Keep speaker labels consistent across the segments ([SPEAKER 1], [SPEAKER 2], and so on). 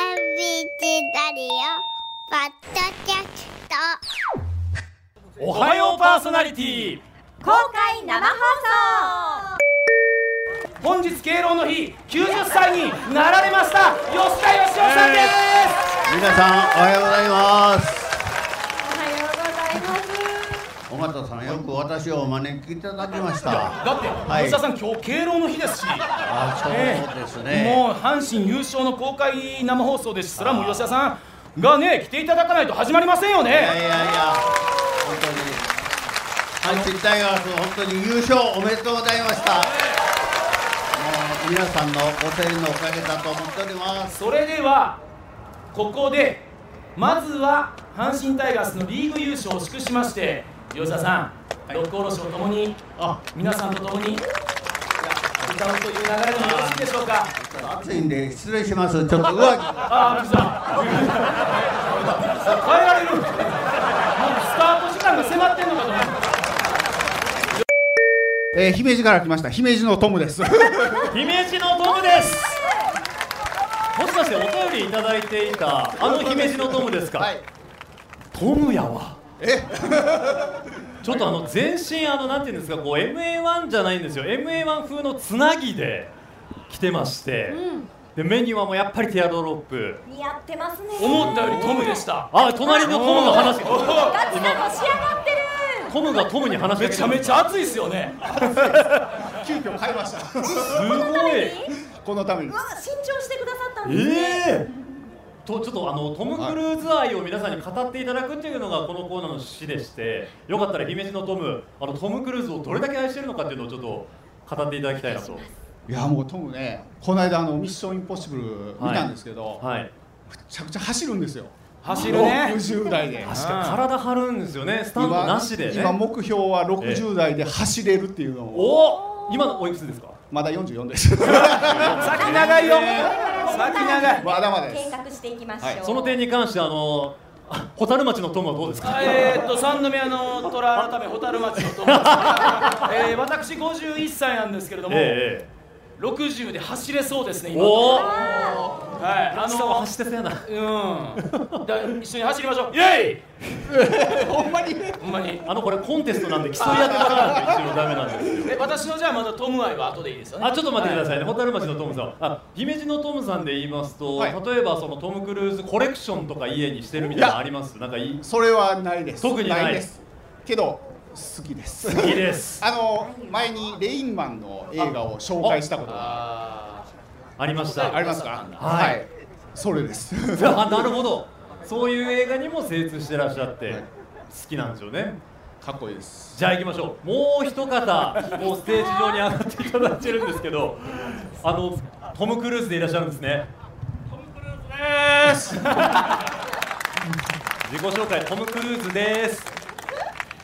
[SPEAKER 1] チラリオポッドキャスト
[SPEAKER 2] おはようパーソナリティ
[SPEAKER 3] 公開生放送
[SPEAKER 2] 本日敬老の日90歳になられました吉田義雄さんです、
[SPEAKER 4] 皆さんおはようございます
[SPEAKER 3] おはようございます
[SPEAKER 4] 尾形さんよく私をお招きいただきました
[SPEAKER 2] だって、
[SPEAKER 4] はい
[SPEAKER 2] 吉田さん今日敬老の日ですし
[SPEAKER 4] あそうですね、
[SPEAKER 2] もう阪神優勝の公開生放送ですしそれはもう吉田さんがね来ていただかないと始まりませんよ
[SPEAKER 4] いやい
[SPEAKER 2] ね
[SPEAKER 4] やいや本当に阪神タイガース本当に優勝おめでとうございましたもう皆さんのご声援のおかげだと思っております
[SPEAKER 2] それではここでまずは阪神タイガースのリーグ優勝を祝しまして吉田さん六甲おろしとともに
[SPEAKER 4] あ
[SPEAKER 2] 皆さんとともに歌うという流れでもよろしいでしょうか
[SPEAKER 4] 暑いんで失礼しますちょっと上着
[SPEAKER 2] ああ、びっくりした。変えられる。もうスタート時間が迫ってんのかと思っ
[SPEAKER 5] えー、姫路から来ました姫路のトムです
[SPEAKER 6] 姫路のトムですもしかしてお便りいただいていたあの姫路のトムですか、
[SPEAKER 4] はい
[SPEAKER 6] トムやわえ ちょっとあの全身あのなんていうんですかこう MA1 じゃないんですよ MA1 風のつなぎで来てまして、でメニューはもうやっぱりティアドロップ
[SPEAKER 3] 似合ってますね
[SPEAKER 2] た。思ったよりトムでした。
[SPEAKER 6] あ隣のトムの話
[SPEAKER 3] ガチがの仕上がってる
[SPEAKER 6] トムがトムに話し
[SPEAKER 2] め
[SPEAKER 6] かけ
[SPEAKER 2] ち
[SPEAKER 6] て
[SPEAKER 2] ゃ
[SPEAKER 6] る
[SPEAKER 2] めちゃ暑いですよね。
[SPEAKER 5] 急遽買いました
[SPEAKER 6] すごい
[SPEAKER 5] このために
[SPEAKER 3] うわ新調してくださったんですね
[SPEAKER 6] ええとちょっとあのトム・クルーズ愛を皆さんに語っていただくっていうのがこのコーナーの趣旨でしてよかったら姫路のトムあのトム・クルーズをどれだけ愛してるのかっていうのをちょっと語っていただきたいなと
[SPEAKER 5] いやもうトムねこの間あのミッションインポッシブル見たんですけど、
[SPEAKER 6] はい
[SPEAKER 5] めちゃくちゃ走るんですよ
[SPEAKER 2] 走るね。
[SPEAKER 5] 60代で
[SPEAKER 6] 確かに体張るんですよねスタンドなしでね
[SPEAKER 5] 今目標は60代で走れるっていうの
[SPEAKER 6] お
[SPEAKER 5] を
[SPEAKER 6] 今のおいくつですか
[SPEAKER 5] まだ44です
[SPEAKER 2] 先長いよ。先長い。
[SPEAKER 5] まだまだで
[SPEAKER 3] 計
[SPEAKER 5] す
[SPEAKER 3] 画していきましょう、
[SPEAKER 5] はい
[SPEAKER 6] その点に関してあのあ蛍町のトムはどうですか
[SPEAKER 2] えー、っと三宮の虎改め蛍町のトム。 えー、私51歳なんですけれども、
[SPEAKER 6] ええ
[SPEAKER 2] 60で走れそうですね。
[SPEAKER 6] ええ
[SPEAKER 2] 今
[SPEAKER 6] おお
[SPEAKER 2] はい。あ
[SPEAKER 6] 下は
[SPEAKER 2] の
[SPEAKER 6] 走ってそうやな
[SPEAKER 2] うん。だ一緒に走りましょう。イエイ。
[SPEAKER 5] ほんまに
[SPEAKER 2] ほんまに。
[SPEAKER 6] あのこれコンテストなんで競い合ってもらわないと一応ダメなんですよ
[SPEAKER 2] え私のじゃあまだトム愛は後でいいですよね。
[SPEAKER 6] あちょっと待ってくださいね、蛍町のトムさん、あ姫路のトムさんで言いますと、
[SPEAKER 5] はい
[SPEAKER 6] 例えばそのトム・クルーズコレクションとか家にしてるみたいなのあります、なんかいい、
[SPEAKER 5] それはないです
[SPEAKER 6] 特にない
[SPEAKER 5] ですけど好きです
[SPEAKER 6] 好きです
[SPEAKER 5] あの前にレインマンの映画を紹介したことが
[SPEAKER 2] あー
[SPEAKER 6] ありまし
[SPEAKER 2] あ
[SPEAKER 6] た、
[SPEAKER 5] ありますか
[SPEAKER 6] はい
[SPEAKER 5] それです
[SPEAKER 6] あなるほど、そういう映画にも精通してらっしゃって、
[SPEAKER 5] はい
[SPEAKER 6] 好きなんですよね。
[SPEAKER 5] かっこいいです
[SPEAKER 6] じゃあ行きましょう、もう一方、もうステージ上に上がっていただいてるんですけど、あのトム・クルーズでいらっしゃるんですね。自己紹介トム・クルーズです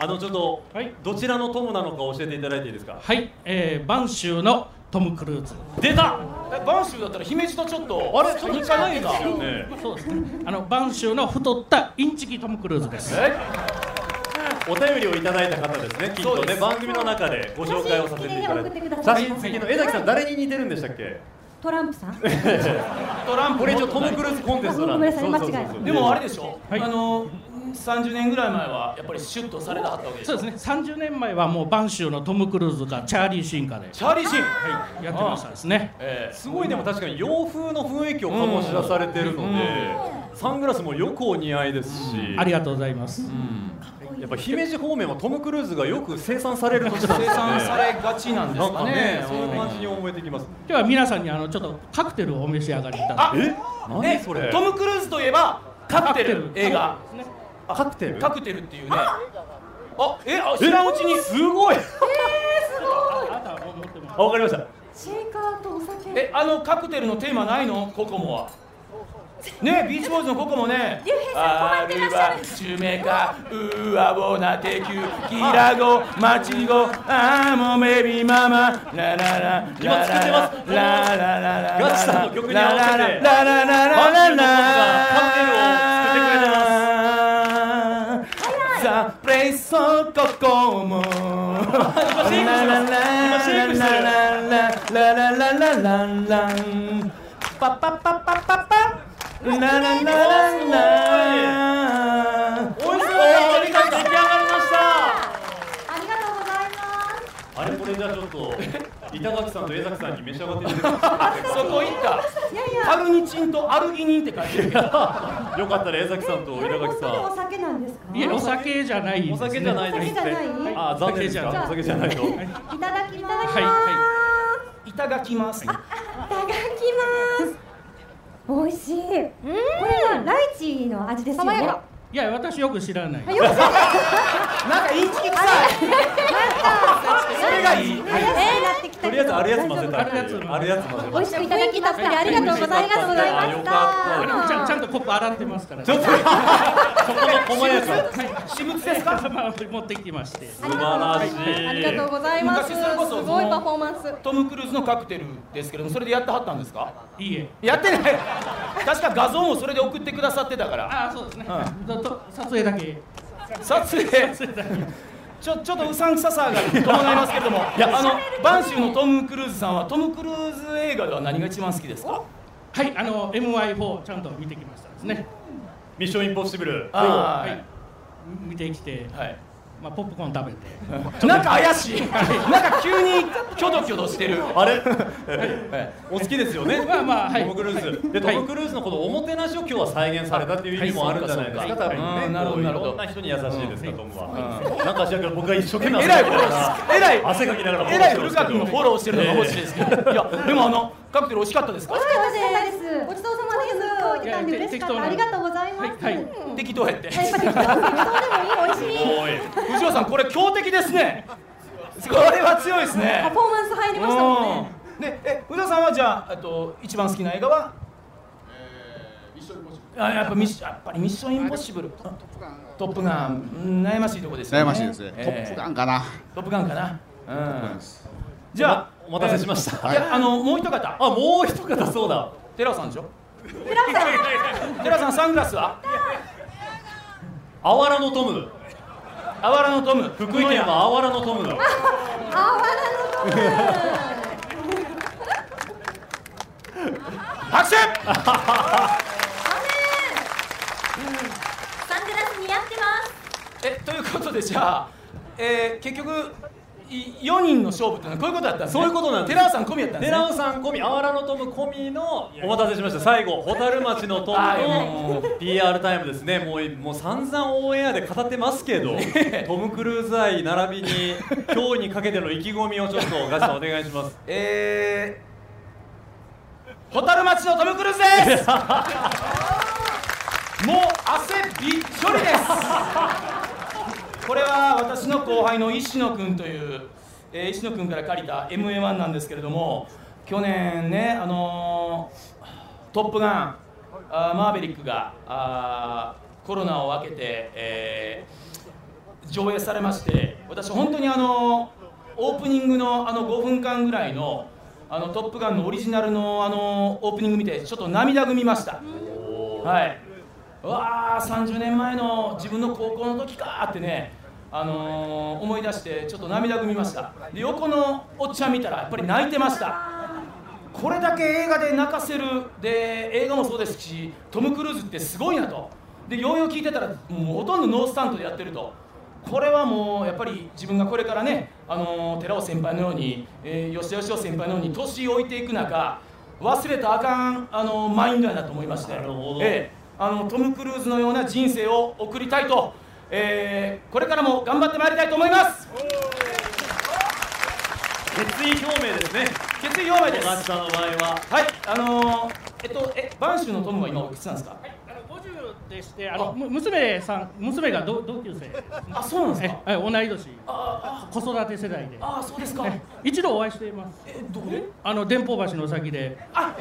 [SPEAKER 6] あのちょっと、
[SPEAKER 7] はい
[SPEAKER 6] どちらのトムなのか教えていただいていいですか
[SPEAKER 7] はい、えー、播州のトム・クルーズ、
[SPEAKER 6] 出た
[SPEAKER 2] えバンシューだったら姫路とちょっと
[SPEAKER 6] あれちょっと近いですよね
[SPEAKER 7] そうですね、あの播州の太ったインチキトム・クルーズです。
[SPEAKER 6] お便りをいただいた方ですねきっ
[SPEAKER 2] そ
[SPEAKER 6] と
[SPEAKER 2] うで
[SPEAKER 6] ね
[SPEAKER 2] す
[SPEAKER 6] 番組の中でご紹介をさせていただいて
[SPEAKER 3] 写真付きで送ってくだ
[SPEAKER 6] 写
[SPEAKER 3] さい
[SPEAKER 6] 真付きの江崎さん誰に似てるんでしたっけ
[SPEAKER 3] トランプさん
[SPEAKER 2] トランプ
[SPEAKER 6] これ一応トム・クルーズコンテストなん
[SPEAKER 3] ごめんなさい間違えた
[SPEAKER 2] でもあれでしょ、
[SPEAKER 7] はい
[SPEAKER 2] あの30年ぐらい前はやっぱりシュッとされなかったわけでし
[SPEAKER 7] そ
[SPEAKER 2] ょ
[SPEAKER 7] うですね、30年前はもう播州のトム・クルーズがチャーリー・シンカで
[SPEAKER 2] チャーリーシーン、
[SPEAKER 7] やってましたですね。
[SPEAKER 2] え
[SPEAKER 6] すごいでも確かに洋風の雰囲気を醸し出されてるので、サングラスもよくお似合いですし、
[SPEAKER 7] ありがとうございます。
[SPEAKER 6] やっぱ姫路方面はトム・クルーズがよく生産される土地
[SPEAKER 2] ー生
[SPEAKER 6] なんですね
[SPEAKER 2] 産されがちなんで
[SPEAKER 6] な
[SPEAKER 2] す
[SPEAKER 6] ん
[SPEAKER 2] か
[SPEAKER 6] か
[SPEAKER 2] ね
[SPEAKER 6] ね、そう
[SPEAKER 2] う
[SPEAKER 6] いうん感じに思えてきます。
[SPEAKER 7] では皆さんにあのちょっとカクテルをお召し上がりいただ
[SPEAKER 6] え、
[SPEAKER 2] え
[SPEAKER 6] 何それ？
[SPEAKER 2] トム・クルーズといえばカクテル
[SPEAKER 7] カクテル
[SPEAKER 2] 映画
[SPEAKER 6] カクテル？
[SPEAKER 2] カクテルっていうねあえあ知らんうちに
[SPEAKER 6] すごい。
[SPEAKER 7] あなたはもう持ってます
[SPEAKER 6] あ、わかりました。
[SPEAKER 3] シェイカーとお酒
[SPEAKER 2] えあのカクテルのテーマないのココモはねビーチボーイズのココもね
[SPEAKER 3] 竜兵さん困ってらっしゃる
[SPEAKER 2] あるいはメカウーアボナテキュキラゴマチゴアーモメビママラララ
[SPEAKER 6] 今作ってます
[SPEAKER 2] ラララララ
[SPEAKER 6] ガチさんの曲に合わせて
[SPEAKER 2] ラララララララララザ・プレイソー・ココモ
[SPEAKER 6] 今シェイクしてます今シェイクしてる
[SPEAKER 2] ララララララランパパパパパパラララララ
[SPEAKER 6] おいしそう
[SPEAKER 2] おい
[SPEAKER 6] 出来上がりました
[SPEAKER 3] ありがとうございます。
[SPEAKER 6] あれこれじゃあちょっと板垣さんと江崎さんに召し上がっていただき
[SPEAKER 2] そこ行った
[SPEAKER 3] いやい
[SPEAKER 2] ア
[SPEAKER 3] や、
[SPEAKER 2] ルニチンとアルギニンって書いてるけど
[SPEAKER 6] ますよかったら江崎さんと
[SPEAKER 3] これ
[SPEAKER 6] 板
[SPEAKER 3] 本
[SPEAKER 6] 垣
[SPEAKER 3] 当にお
[SPEAKER 6] さ
[SPEAKER 3] 酒なんですか。
[SPEAKER 7] いやお酒じゃないです、ね、
[SPEAKER 6] んお酒じゃないいですって
[SPEAKER 3] お酒じゃない
[SPEAKER 6] あ残念ですかお
[SPEAKER 3] お
[SPEAKER 6] 酒
[SPEAKER 3] 酒
[SPEAKER 6] じゃないと
[SPEAKER 3] いただきます。
[SPEAKER 7] はいはい
[SPEAKER 2] ただきます
[SPEAKER 3] いただきます。美味しい。これはライチの味ですよ
[SPEAKER 8] 爽や
[SPEAKER 3] ね。
[SPEAKER 8] か
[SPEAKER 7] いや私よく知らない
[SPEAKER 3] あよく知って
[SPEAKER 2] なんかインチキ臭い
[SPEAKER 3] た。
[SPEAKER 2] それがいい
[SPEAKER 3] 怪しくなってき
[SPEAKER 6] と
[SPEAKER 3] たけど
[SPEAKER 6] りあえずあるやつ混ぜたい
[SPEAKER 7] あるやつ混ぜた
[SPEAKER 6] あるやつ混ぜ
[SPEAKER 8] 美
[SPEAKER 6] たい
[SPEAKER 8] 味しくいただきましてありがとうございま
[SPEAKER 3] ありがとうございま
[SPEAKER 6] よ
[SPEAKER 3] し
[SPEAKER 6] かった
[SPEAKER 3] た。
[SPEAKER 7] ちゃんちゃんとコップ洗ってますから、
[SPEAKER 6] ちょっとそこの細やか
[SPEAKER 2] 私物ですか
[SPEAKER 7] まあ持ってきてまして
[SPEAKER 6] 素晴らしい
[SPEAKER 8] ありがとうございます。
[SPEAKER 2] 昔
[SPEAKER 8] す
[SPEAKER 2] それこそ
[SPEAKER 8] ごいパフォーマンス。
[SPEAKER 2] トム・クルーズのカクテルですけどもそれでやってはったんですか
[SPEAKER 7] いいえ
[SPEAKER 2] やってない確か画像もそれで送ってくださってたから
[SPEAKER 7] ああそうですね、ずっと撮影 だけ
[SPEAKER 2] 撮影
[SPEAKER 7] 撮影だけ
[SPEAKER 2] ちょちょっとうさんくささが伴いますけれどもいやあの播州のトム・クルーズさんはトム・クルーズ映画では何が一番好きですか
[SPEAKER 7] はいあの MI4 ちゃんと見てきましたですね
[SPEAKER 6] ミッションインポッシブル
[SPEAKER 2] あ
[SPEAKER 7] はい見てきて、
[SPEAKER 2] はい、
[SPEAKER 7] まあ、ポップコーン食べて
[SPEAKER 2] なんか怪しいなんか急にキョドキョドしてる
[SPEAKER 6] あれお好きですよね
[SPEAKER 7] まあまあはい
[SPEAKER 6] トム・クルーズでト
[SPEAKER 7] はい
[SPEAKER 6] ム・クルーズのこのおもてなしを今日は再現されたっていう意味もあるんじゃないです
[SPEAKER 2] はい
[SPEAKER 6] か
[SPEAKER 2] そうか
[SPEAKER 6] 多分
[SPEAKER 2] そうか
[SPEAKER 6] ね
[SPEAKER 2] うんなるほどなるほど
[SPEAKER 6] こういろんな人に優しいですからトムはなんかしらんけど僕が一生懸命
[SPEAKER 2] えらい
[SPEAKER 6] 汗
[SPEAKER 2] フォロ
[SPEAKER 6] かきながら
[SPEAKER 2] ーえらい
[SPEAKER 6] 汗かきながらフォ
[SPEAKER 2] え
[SPEAKER 6] ロー
[SPEAKER 2] ら
[SPEAKER 6] し
[SPEAKER 2] い古
[SPEAKER 6] てます
[SPEAKER 2] 川
[SPEAKER 6] け
[SPEAKER 2] 君
[SPEAKER 6] ど
[SPEAKER 2] のフォローしてるのが欲しいですけどいやでもあのカクテル美味しかったですか
[SPEAKER 3] 美味しかったです。ごちそうさまです。ずっと言ってたんで嬉しかった。ありがとうございます。
[SPEAKER 7] はいはい
[SPEAKER 3] うん
[SPEAKER 2] 適当やって
[SPEAKER 3] やっぱり適当でもいい、美味しい。
[SPEAKER 6] おい
[SPEAKER 2] 藤尾さんこれ強敵ですねこれは強いです
[SPEAKER 3] パ
[SPEAKER 2] ね
[SPEAKER 3] フォーマンス入りましたもんね。
[SPEAKER 2] うんでえ宇田さんはじゃあえっと一番好きな映画はあやっぱミッシやっぱりミッションインポッシブルトップガンうん悩ましいとこですよね
[SPEAKER 4] 悩ましいですね。ト
[SPEAKER 2] ええ
[SPEAKER 4] ップガンかな。
[SPEAKER 2] トップガンかなうんじ
[SPEAKER 6] じ
[SPEAKER 2] ゃ
[SPEAKER 6] ゃ
[SPEAKER 2] あ
[SPEAKER 6] あお待たせしました
[SPEAKER 2] いやあのもう一方
[SPEAKER 6] あもう一方そうだ
[SPEAKER 2] 寺尾さんでしょ 寺尾さんサングラスは
[SPEAKER 6] あわらのトム
[SPEAKER 2] あわらのトム
[SPEAKER 6] 福井県はあわらのトム
[SPEAKER 3] あわらのトム。
[SPEAKER 2] 拍手
[SPEAKER 3] サングラス似合ってます。
[SPEAKER 2] えということでじゃあ、えー、結局4人の勝負っていうのはこういうことだったんです、ね、
[SPEAKER 6] そういうことなんです
[SPEAKER 2] 寺尾さん込みやったんです、ね
[SPEAKER 6] 寺、尾さん込みあわらのトム込みのお待たせしました最後蛍町のトム
[SPEAKER 2] あー
[SPEAKER 6] の PR タイムですねもうもう散々オンエアで語ってますけどトム・クルーズ愛並びに今日にかけての意気込みをちょっとガチさんお願いします
[SPEAKER 2] えー、蛍町のトム・クルーズですもう汗びっちょりですこれは私の後輩の石野君という、えー石野君から借りた MA1 なんですけれども去年ねあのートップガン」あーマーベリックがあーコロナを明けて、えー上映されまして私本当にあのオープニングのあの5分間ぐらいの「あのトップガン」のオリジナルのあのオープニング見てちょっと涙ぐみましたはいうわあ30年前の自分の高校の時かーってねあのー思い出してちょっと涙ぐみましたで横のおっちゃん見たらやっぱり泣いてましたこれだけ映画で泣かせるで映画もそうですしトム・クルーズってすごいなとでようよう聞いてたらもうほとんどノースタントでやってるとこれはもうやっぱり自分がこれからね、あのー寺尾先輩のように、えー吉田義雄先輩のように年を置いていく中忘れたらあかん、あのーマインドやなと思いまして
[SPEAKER 6] なるほど
[SPEAKER 2] ええあのトム・クルーズのような人生を送りたいと、えーこれからも頑張ってまいりたいと思います
[SPEAKER 6] 決意表明ですね
[SPEAKER 2] 決意表明で
[SPEAKER 6] ガ
[SPEAKER 2] す
[SPEAKER 6] チさんの場合は
[SPEAKER 2] はいあのーえっとえ播州のトムは今おいくつなんですか
[SPEAKER 7] あの50でしてあのむ娘さん娘が同同級生
[SPEAKER 2] あ、そうなんです
[SPEAKER 7] え
[SPEAKER 2] か。
[SPEAKER 7] え同い年
[SPEAKER 2] あ
[SPEAKER 7] 子育て世代で
[SPEAKER 2] あ、ああ、そうですか。
[SPEAKER 7] え一度お会いしています
[SPEAKER 2] え、どこで？
[SPEAKER 7] あの電報橋の先で
[SPEAKER 2] あ、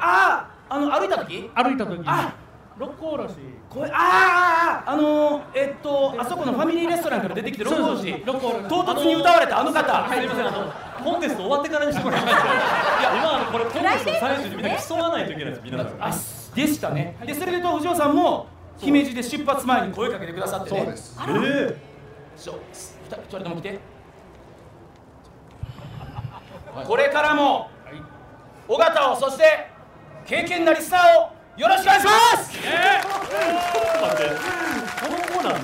[SPEAKER 2] ああ、あの歩いた時？
[SPEAKER 7] 歩いた時に
[SPEAKER 2] あ
[SPEAKER 7] 六甲おろし
[SPEAKER 2] これ、あーあー、あーあのー、えっと、あそこのファミリーレストランから出てきて六
[SPEAKER 7] そ
[SPEAKER 2] 甲
[SPEAKER 7] う
[SPEAKER 2] おろ
[SPEAKER 7] そう
[SPEAKER 2] し
[SPEAKER 7] 六甲おろし
[SPEAKER 2] 唐突に歌われたあの方。
[SPEAKER 6] すみませんあのコンテスト終わってからにしてもらいますよ今あのこれコンテストの最中にみんな競わないといけないです皆さん
[SPEAKER 2] あ、でしたね。で、それでと藤尾さんも姫路で出発前に声かけてくださってね。
[SPEAKER 5] そうで。す。
[SPEAKER 6] え
[SPEAKER 2] ちょ、二人二人とも来て。これからも尾形をそして経験なりスターをよろしくお願いします
[SPEAKER 6] このコーナー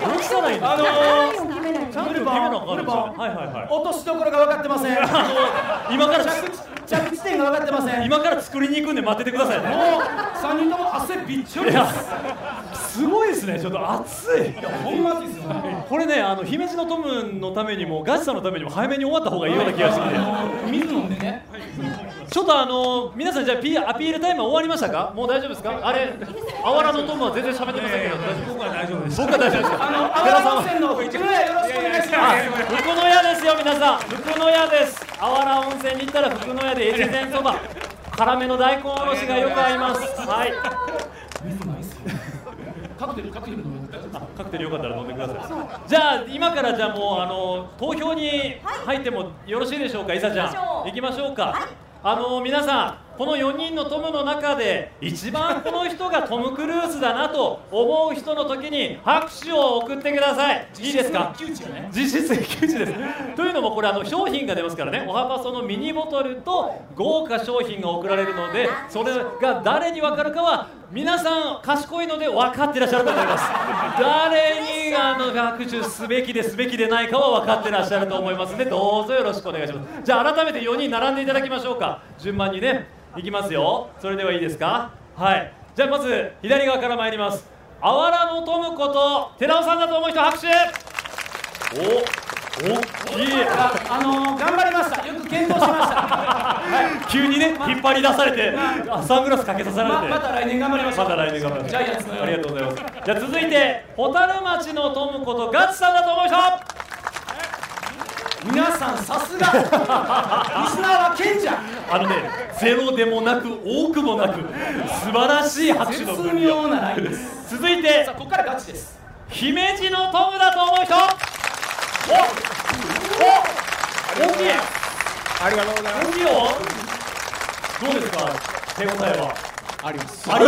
[SPEAKER 6] な何したらいいんです
[SPEAKER 2] あ
[SPEAKER 6] か
[SPEAKER 2] の
[SPEAKER 3] 決めない
[SPEAKER 6] ちゃんと決めなあかんのちゃうはいはいはい
[SPEAKER 2] ー、落としどころが分かってません
[SPEAKER 6] 今から
[SPEAKER 2] 着地着地点が分かってません
[SPEAKER 6] 今から作りに行くんで待っててくださいね
[SPEAKER 2] もう3人とも汗びっちょり
[SPEAKER 6] い
[SPEAKER 2] で
[SPEAKER 6] や
[SPEAKER 2] す
[SPEAKER 6] すごいですねちょっと熱い
[SPEAKER 2] ほんまですよね
[SPEAKER 6] これねあの姫路のトムのためにもガチさんのためにも早めに終わった方がいいような気がしてきて
[SPEAKER 2] 水飲んでね
[SPEAKER 6] ちょっとあの皆さんじゃあピーアピールタイムは終わりましたかもう大丈夫ですかあれあわらのトムは全然喋ってませんけど僕は大丈夫です僕は大丈夫です
[SPEAKER 2] あの
[SPEAKER 6] か
[SPEAKER 2] 阿
[SPEAKER 6] 寺さん
[SPEAKER 2] 波
[SPEAKER 6] は
[SPEAKER 2] 温泉の方行ってくれよろしくお願いし
[SPEAKER 6] あ
[SPEAKER 2] ます
[SPEAKER 6] 福の屋ですよ皆さん福の屋ですあわら温泉に行ったら福の屋で越前そば辛めの大根おろしがよく合いますはい
[SPEAKER 2] カクテルカクテル飲む
[SPEAKER 6] あカクテルよかったら飲んでくださいじゃあ今からじゃあもうあの投票に入ってもよろしいでしょうかいさちゃん行きましょうかあの皆さんこの4人のトムの中で一番この人がトム・クルーズだなと思う人の時に拍手を送ってくださいいいですか
[SPEAKER 2] 窮地よね
[SPEAKER 6] 実質休止です。というのもこれあの商品が出ますからね、おはパソのミニボトルと豪華商品が送られるので、それが誰に分かるかは皆さん賢いので分かってらっしゃると思います。誰にあの学習すべきですべきでないかは分かってらっしゃると思いますので、どうぞよろしくお願いします。じゃあ改めて4人並んでいただきましょうか。順番にね、いきますよ。それではいいですか。はい。じゃあまず左側から参ります。あわらのトムこと寺尾さんだと思う人拍手。お、お、いい。
[SPEAKER 2] ああのー、頑張りましたよく健康しました
[SPEAKER 6] 急にね、引っ張り出されて、あサングラスかけさせら
[SPEAKER 2] ま
[SPEAKER 6] れて。
[SPEAKER 2] また来年頑張りましょ
[SPEAKER 6] ま
[SPEAKER 2] う
[SPEAKER 6] た来年頑張る。
[SPEAKER 2] ジャイアンツのように
[SPEAKER 6] ありがとうございます。じゃあ続いて、蛍町のトムことガチさんだと思う人。
[SPEAKER 2] 皆さんさすがリスナーは賢者
[SPEAKER 6] あのね、ゼロでもなく、多くもなく、素晴らしい拍手の
[SPEAKER 2] 絶
[SPEAKER 6] 送りを。
[SPEAKER 2] 妙なラインです
[SPEAKER 6] 続いて
[SPEAKER 2] さあ、ここからガチです
[SPEAKER 6] 姫路のトムだと思う人。お、お、大きい。
[SPEAKER 5] ありがとうござい
[SPEAKER 6] 大きいよ。どうですか、手応えは。
[SPEAKER 5] ます。あります。
[SPEAKER 6] あり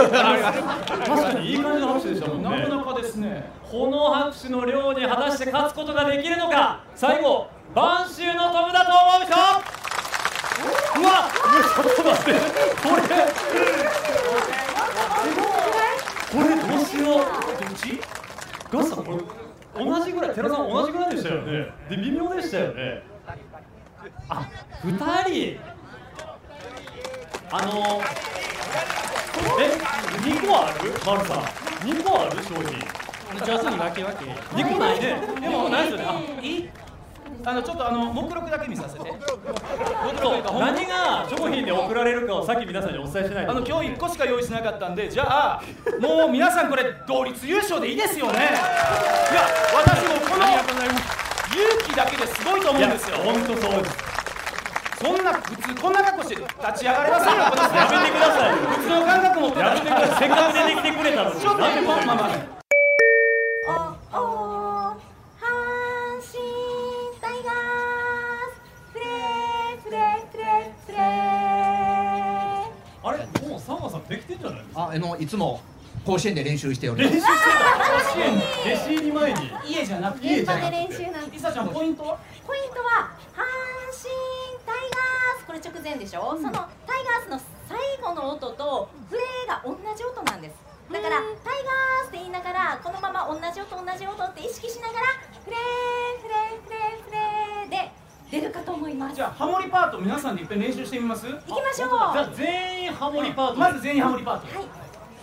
[SPEAKER 6] 確かにいい感じの拍手でしたもん
[SPEAKER 2] なか
[SPEAKER 6] ね
[SPEAKER 2] なかですね
[SPEAKER 6] この拍手の量に果たして勝つことができるのか最後晩秋のトムだと思う人うわちょっと待ってこれこれどうしようどっちガスさんこれ同じぐらい寺さん同じぐらいでしたよねで微妙でしたよねあ二人あのえ二個ある丸さん二個ある商品
[SPEAKER 7] 上手に分け分け
[SPEAKER 6] 二個ないね。でもないですよね。
[SPEAKER 2] いいあのちょっとあの目録だけ見させて
[SPEAKER 6] あそう何が商品で送られるかをさっき皆さんにお伝えしないと。
[SPEAKER 2] あの今日1個しか用意しなかったんでじゃあもう皆さんこれ同率優勝でいいですよねいや私もこの勇気だけですごいと思
[SPEAKER 6] いうや
[SPEAKER 2] んですよ
[SPEAKER 6] 本当そうです。
[SPEAKER 2] そんな普通こんな格好して立ち上がれませんよこの
[SPEAKER 6] やめてくださいよ。
[SPEAKER 2] 普通の感覚持って
[SPEAKER 6] やめてください。せっかく出てきてくれたのに。
[SPEAKER 2] ちょっと
[SPEAKER 6] なんでこん
[SPEAKER 2] ま
[SPEAKER 6] な
[SPEAKER 2] あまあまあ
[SPEAKER 1] おお阪神タイガースプレープレープレープレー
[SPEAKER 6] あれもうサンマさんできてんじゃないですか。
[SPEAKER 9] ああのいつも甲子園で練習しており
[SPEAKER 6] 練
[SPEAKER 9] ます
[SPEAKER 6] 習してた。甲子園弟子入り前に。
[SPEAKER 2] 家じゃなくて
[SPEAKER 9] 家じゃなくて
[SPEAKER 8] 練習なんで
[SPEAKER 2] リ
[SPEAKER 8] す
[SPEAKER 2] サちゃんポイントは
[SPEAKER 8] ポイントは阪神タイガースこれ直前でしょ、そのタイガースの最後の音とフレーが同じ音なんですだからタイガースって言いながらこのまま同じ音同じ音って意識しながらフレーフレーフレーフレーで出るかと思います
[SPEAKER 2] じゃあハモリパート皆さんでいっぺん練習してみます
[SPEAKER 8] 行きましょう
[SPEAKER 6] じゃあ全員ハモリパート。
[SPEAKER 2] まず全員ハモリパート
[SPEAKER 8] はい。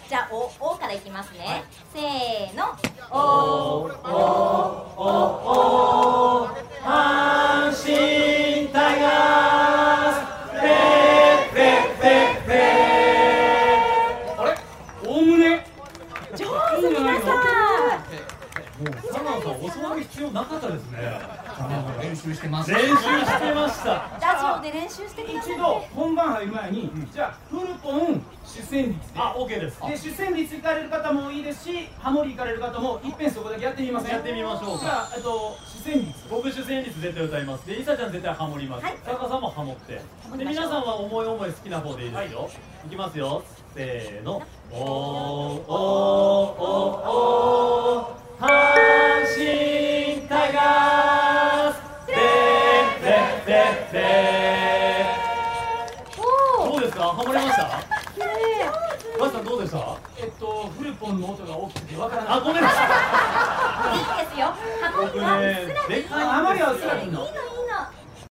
[SPEAKER 8] じゃあ、お、おからいきますね。せーの。
[SPEAKER 2] あれおおむね
[SPEAKER 8] 上手、皆さん。
[SPEAKER 6] サンマさん教わる必要なかったですね。
[SPEAKER 9] あの練習してます
[SPEAKER 6] 練習してました。
[SPEAKER 8] ラジオで練習してください
[SPEAKER 2] 一
[SPEAKER 8] ね。
[SPEAKER 2] 度本番入る前にじゃあフルポン主旋律で
[SPEAKER 6] あ、OK です。
[SPEAKER 2] で主旋律行かれる方もいいですしハモリ行かれる方もいっぺんそこだけやってみません
[SPEAKER 6] やってみましょうか
[SPEAKER 2] じゃあえっと主旋律
[SPEAKER 6] 僕主旋律絶対歌いますで、いさちゃん絶対ハモります、
[SPEAKER 8] はい
[SPEAKER 6] 田中さんもハモってで、皆さんは思い思い好きな方でいいですよ、い、きますよせーのおーおーおーおー阪神タイガースでででで
[SPEAKER 8] おお。
[SPEAKER 6] どうですかハモりました
[SPEAKER 8] 綺麗。
[SPEAKER 6] どうでした
[SPEAKER 2] えっとフルポンの音が大きくてわからない
[SPEAKER 6] あごめんなさい
[SPEAKER 3] いいですよ。ハモ リ
[SPEAKER 6] 僕
[SPEAKER 3] はう
[SPEAKER 6] ね
[SPEAKER 3] っすらでいい
[SPEAKER 6] でかい
[SPEAKER 2] あまりはうっすらでいいの
[SPEAKER 3] いいのよ。